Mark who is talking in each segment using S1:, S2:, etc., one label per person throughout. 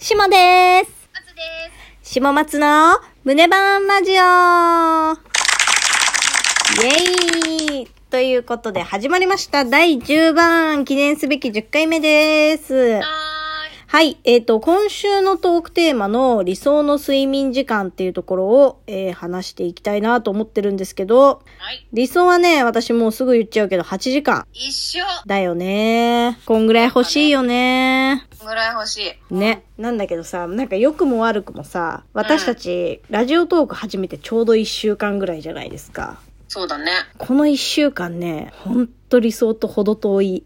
S1: しもです。
S2: 松で
S1: しも松の胸バーンラジオイエーイということで始まりました。第10番記念すべき10回目です
S2: す。。はーい。
S1: はい。えっ、と、今週のトークテーマの理想の睡眠時間っていうところを、えー話していきたいなと思ってるんですけど、
S2: はい。
S1: 理想はね、私もうすぐ言っちゃうけど8時間。
S2: 一緒
S1: だよね。こんぐらい欲しいよね。
S2: こんぐらい欲しい。
S1: ね。なんだけどさ、なんか良くも悪くもさ、私たち、ラジオトーク始めてちょうど1週間ぐらいじゃないですか。
S2: そうだね。
S1: この1週間ね、ほんと理想とほど遠い。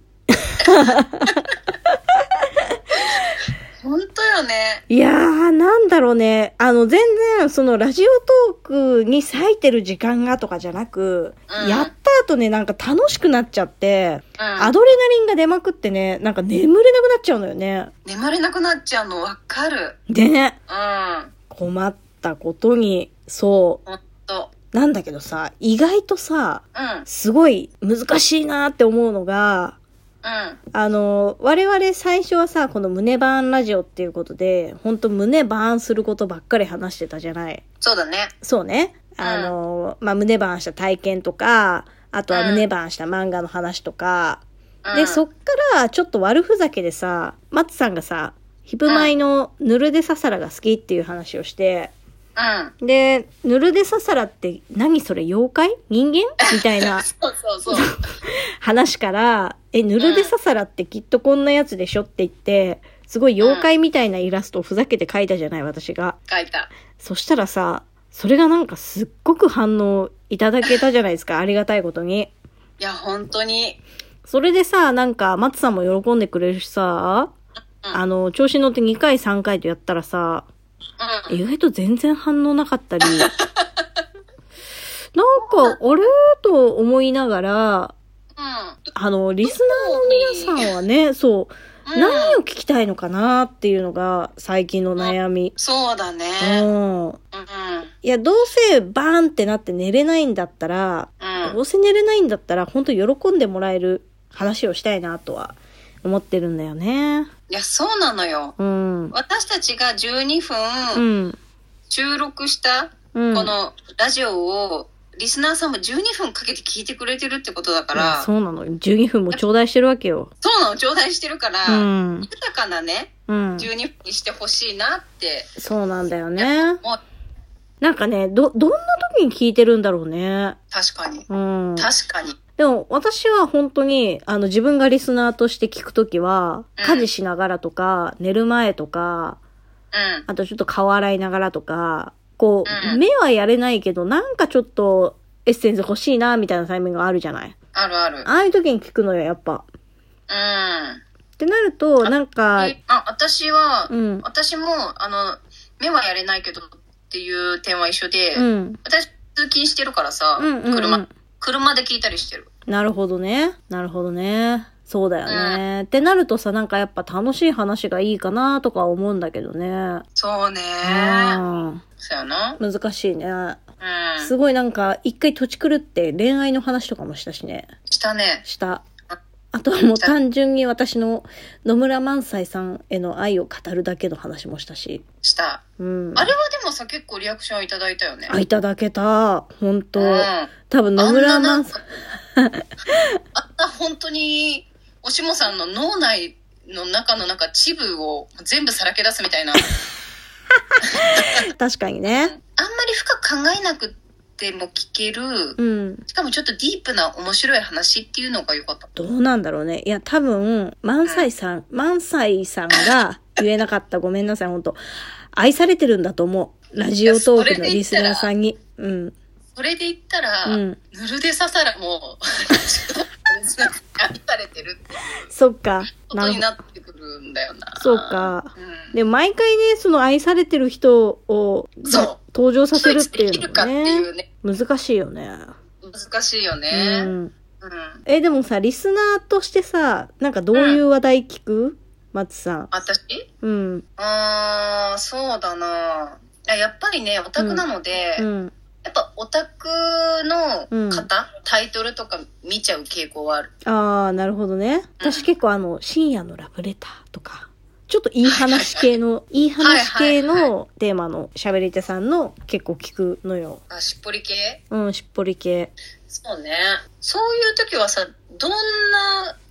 S2: ほんとよね。
S1: いやー、なんだろうね。あの、全然、その、ラジオトークに割いてる時間がとかじゃなく、
S2: うん
S1: やった後ね、なんか楽しくなっちゃって、
S2: うん。
S1: アドレナリンが出まくってね、なんか眠れなくなっちゃうのよね。
S2: 眠れなくなっちゃうのわかる。
S1: でね、
S2: うん。
S1: 困ったことに、そ
S2: ほんと。
S1: う。なんだけどさ、意外とさ、
S2: うん。うん。
S1: すごい難しいなーって思うのが、あの、我々最初はさ、この胸バーンラジオっていうことで、ほんと胸バーンすることばっかり話してたじゃない。
S2: そうだね。
S1: そうね。あの、まあ、胸バーンした体験とか、あとは胸バーンした漫画の話とか、
S2: うん、
S1: で、そっからちょっと悪ふざけでさ、松さんがさ、ヒプマイのぬるでささらが好きっていう話をして、
S2: うん。
S1: で、ぬるでささらって何それ妖怪人間みたいな
S2: そうそうそう。
S1: 話から、え、ぬるでささらってきっとこんなやつでしょって言って、すごい妖怪みたいなイラストをふざけて描いたじゃない、私が。
S2: 書いた。
S1: そしたらさ、それがなんかすっごく反応いただけたじゃないですか、ありがたいことに。
S2: いや、ほんとに。
S1: それでさ、なんか、松さんも喜んでくれるしさ、
S2: うん
S1: あの、調子に乗って2回3回とやったらさ、
S2: うん。
S1: 意外と全然反応なかったり、なんか、あれと思いながら、あの、リスナーの皆さんはね、そう、
S2: うん。
S1: 何を
S2: うん、
S1: 聞きたいのかなっていうのが最近の悩み。
S2: そうだね。
S1: うん。
S2: うん。うん。
S1: いや、どうせバーンってなって寝れないんだったら、
S2: うん。
S1: どうせ寝れないんだったら、本当喜んでもらえる話をしたいなとは思ってるんだよね。
S2: いや、そうなのよ。
S1: うん。
S2: 私たちが12
S1: う
S2: 分
S1: ん。
S2: 収録した
S1: うん。
S2: このラジオをリスナーさんも12分かけて聞いてくれてるってことだか
S1: い
S2: ら、
S1: や
S2: そう
S1: そうなのよ。12分も頂戴してるわけよ。
S2: なの頂戴してるから、
S1: うん。
S2: 豊かなね
S1: うん。
S2: 12分にしてほしいなって
S1: そうなんだよね。
S2: もう
S1: なんかね、ど、どんな時に聞いてるんだろうね。
S2: 確かに
S1: うん。
S2: 確かに
S1: でも私は本当に、あの自分がリスナーとして聞くときは、
S2: うん
S1: 家事しながらとか、寝る前とか、
S2: うん
S1: あとちょっと顔洗いながらとか、こう、
S2: うん
S1: 目はやれないけど、なんかちょっとエッセンス欲しいな、みたいなタイミングがあるじゃない。
S2: あるある
S1: ああいう時に聞くのよ、やっぱ。
S2: うん
S1: ってなると、なんか、
S2: えあ私は、
S1: うん。
S2: 私もあの目はやれないけどっていう点は一緒で、
S1: うん。
S2: 私通勤してるからさ、
S1: うんうんうん
S2: 車車で聞いたりしてる
S1: なるほどね。なるほどね。そうだよね。ってなるとさ、なんかやっぱ楽しい話がいいかなとか思うんだけどね。
S2: そうね
S1: うん
S2: そうやな
S1: 難しいね。
S2: うん
S1: すごいなんか、一回土地狂って恋愛の話とかもしたしね。
S2: したね
S1: した。あとはもう単純に私の野村萬斎さんへの愛を語るだけの話もしたし。
S2: した
S1: うん。
S2: あれはでもさ、結構リアクションいただいたよね。
S1: あ、いただけた。本当
S2: うん。あ
S1: 多分野村
S2: あんななん
S1: 萬
S2: か
S1: 斎。
S2: んな本当に、おしもさんの脳内の中のなんかチブを全部さらけ出すみたいな。あん
S1: 確かにね。
S2: まり深く考えなくても聞ける、
S1: うん。
S2: しかもちょっとディープな面白い話っていうのが良かった。
S1: どうなんだろうね。いや、多分、満載さん、満載さんが言えなかった。ごめんなさい、本当愛されてるんだと思う。ラジオトークのリスナーさんに。うん。
S2: それで言ったら、
S1: うん
S2: ぬるでささらもう、愛されてるって
S1: そっか。
S2: こと
S1: なる
S2: に
S1: ほど。
S2: なってくるんだよな。
S1: そうか。
S2: うん。
S1: で、毎回ね、その愛されてる人を
S2: そう
S1: 登場させるってい
S2: でき
S1: う
S2: るか
S1: の
S2: ってい
S1: ね。
S2: うね、
S1: 難しいよね。
S2: 難しいよ
S1: う
S2: ね。
S1: ん。
S2: うん
S1: え、でもさ、リスナーとしてさ、なんかどういう話題聞く松さん。
S2: 私
S1: うん。
S2: あーそうだなあやっぱりねオタクなので、
S1: うん。
S2: やっぱオタク
S1: うん
S2: の方、タイトルとか見ちゃう傾向はある
S1: あー、なるほどね。私結構あの、深夜のラブレターとか、ちょっといい話系の、いい話系
S2: はいはい
S1: のテーマの喋り手さんの結構聞くのよ。
S2: あしっぽり系
S1: うん、しっぽり系。
S2: そうねそういう時はさどんな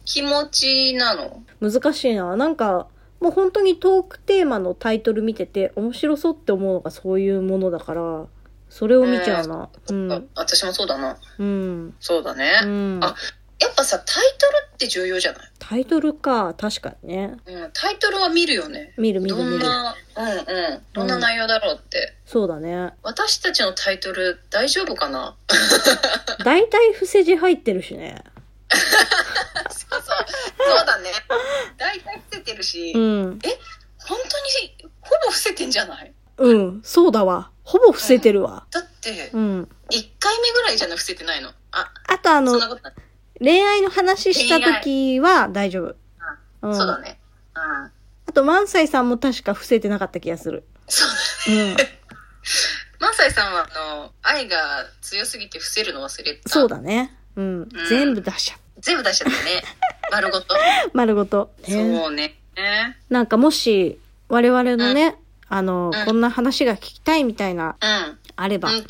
S2: 気持ちなの
S1: 難しいな。なんか、もう本当にトークテーマのタイトル見てて、面白そうって思うのがそういうものだから、それを見ちゃうな。うん。
S2: あ私もそうだな
S1: うん。
S2: そうだね、
S1: うん。
S2: あやっぱさタイトルって重要じゃない、
S1: タイトルか。確かにね。
S2: うん、タイトルは見るよね
S1: 見る見る
S2: ど
S1: 見る。
S2: んなうんうんどんな内容だろうって、
S1: そうだね。
S2: 私たちのタイトル大丈夫かな
S1: 大体伏せ字入ってるしね。
S2: そうそうそうだね大体伏せてるし、
S1: うん。
S2: 本当にほぼ伏せてんじゃない
S1: うん。そうだわ。ほぼ伏せてるわ。
S2: だって
S1: うん。
S2: 1回目ぐらいじゃない伏せてないのあ
S1: あとあ
S2: そ
S1: の
S2: んな、ことない、
S1: 恋愛の話した時は大丈夫。うん。
S2: そうだねうん
S1: あと、萬斎さんも確か伏せてなかった気がする。
S2: そうだね
S1: うん。
S2: 萬斎さんはあの愛が強すぎて伏せるの忘れた
S1: そうだね。うん。全部出しちゃっ
S2: 全部出しちゃった ね丸ごと、
S1: た。丸ごと。ね、
S2: そうね
S1: なんかもし、我々のね、あの、
S2: うん
S1: こんな話が聞きたいみたいな、
S2: うん
S1: あれば、
S2: 本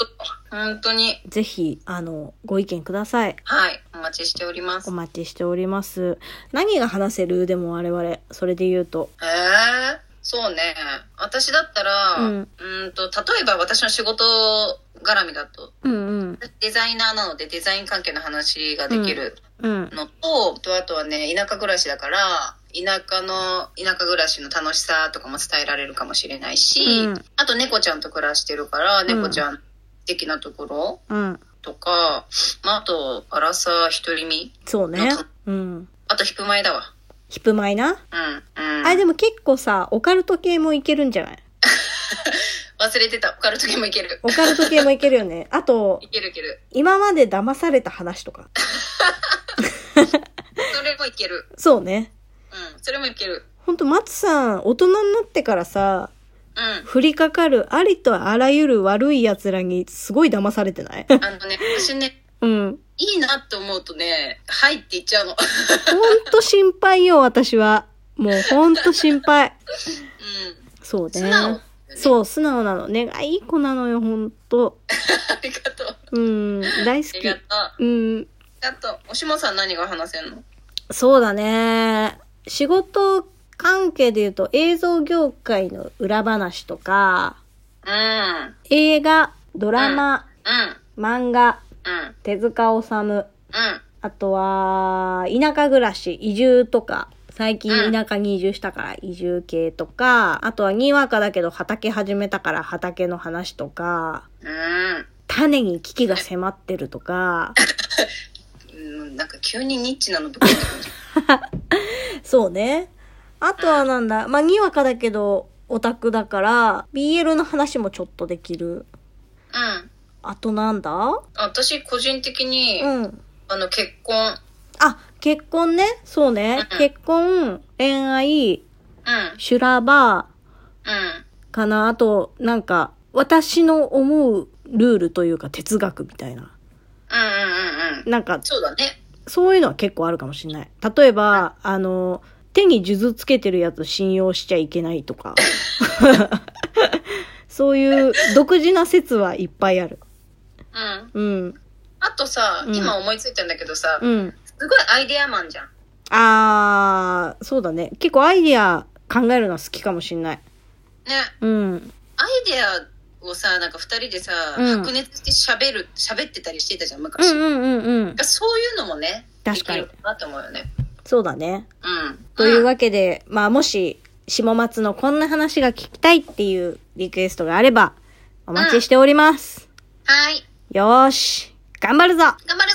S2: 当本当に
S1: ぜひ、あの、ご意見ください。
S2: はいお待ちしております
S1: お待ちしております。何が話せるでも我々、それで言うと。
S2: えー、そうね私だったら、
S1: う
S2: うんん、と例えば私の仕事絡みだと
S1: うんうん。
S2: デザイナーなのでデザイン関係の話ができる
S1: うん。
S2: のと、とあとはね田舎暮らしだから田舎の田舎暮らしの楽しさとかも伝えられるかもしれないし、
S1: うん
S2: あと猫ちゃんと暮らしてるから
S1: ん
S2: 猫ちゃん的なところ
S1: うん。
S2: とか、まあ、あとアラサー独り身
S1: そうね。うん。
S2: あと引く前だわ
S1: ヒップマイな。
S2: うんうん
S1: あれでも結構さ、オカルト系もいけるんじゃない
S2: 忘れてたオカルト系もいける
S1: オカルト系もいけるよね。あと
S2: い、けるいける
S1: 今まで騙された話とか。
S2: それもいける
S1: そうね。
S2: うん、それもいける。
S1: ほんと、松さん、大人になってからさ、
S2: う
S1: 降りかかるありとあらゆる悪い奴らにすごい騙されてない
S2: ん。あのね、私ね、
S1: うん。
S2: いいなって思うとね、はいって言っちゃうの。
S1: ほんと心配よ、私は。もうほんと心配。
S2: う
S1: そうね。
S2: 素直だよね
S1: そう、素直なの。ね、あ、いい子なのよ、ほんと。
S2: ん。ありがとう。
S1: うん、大好
S2: あ
S1: き
S2: りがと。う。
S1: うん、
S2: あと、おしもさん何が話せんの
S1: そうだね。仕事関係で言うと映像業界の裏話とか、
S2: うん。うん。
S1: 映画、ドラマ、漫画、
S2: うん。うん。
S1: 手塚治虫、あとは、田舎暮らし、移住とか、最近
S2: うん
S1: 田舎に移住したから移住系とか、あとはにわかだけど畑始めたから畑の話とか、
S2: うん。
S1: 種に危機が迫ってるとか、
S2: うん、なんか急にニッチなのぶっ込んでくる
S1: そうね。あとはなんだ、まあ、にわかだけど、オタクだから、BL の話もちょっとできる。
S2: うん
S1: あとなんだ
S2: 私個人的に、
S1: うん。
S2: あの結婚
S1: あ、結婚ね。そうね。
S2: うん
S1: 結婚、恋愛、
S2: うん
S1: 修羅場
S2: うん
S1: かな。あと、なんか、私の思うルールというか哲学みたいな。
S2: うんうんうんうん
S1: なんか、
S2: そうだね
S1: そういうのは結構あるかもしれない。例えば、あの、手に数珠つけてるやつ信用しちゃいけないとか。 そういう独自な説はいっぱいある。
S2: うん
S1: うん。
S2: あとさ、
S1: うん
S2: 今思いついたんだけどさ、
S1: うん。
S2: すごいアイデアマンじゃん
S1: あー、そうだね。結構アイディア考えるのは好きかもしれない。
S2: ね
S1: うん。
S2: アイデアをさなんか二人でさ、
S1: うん
S2: 白熱して喋る喋ってたりしてたじゃん
S1: う
S2: 昔、
S1: んうんうんうん
S2: だか。らそういうのもね
S1: 確かに
S2: できるなと思うよね
S1: そうだね。
S2: うん
S1: という
S2: わ
S1: わけで、まあもし、下松のこんな話が聞きたいっていうリクエストがあれば、お待ちしております。
S2: はい
S1: よーし。頑張るぞ
S2: 頑張る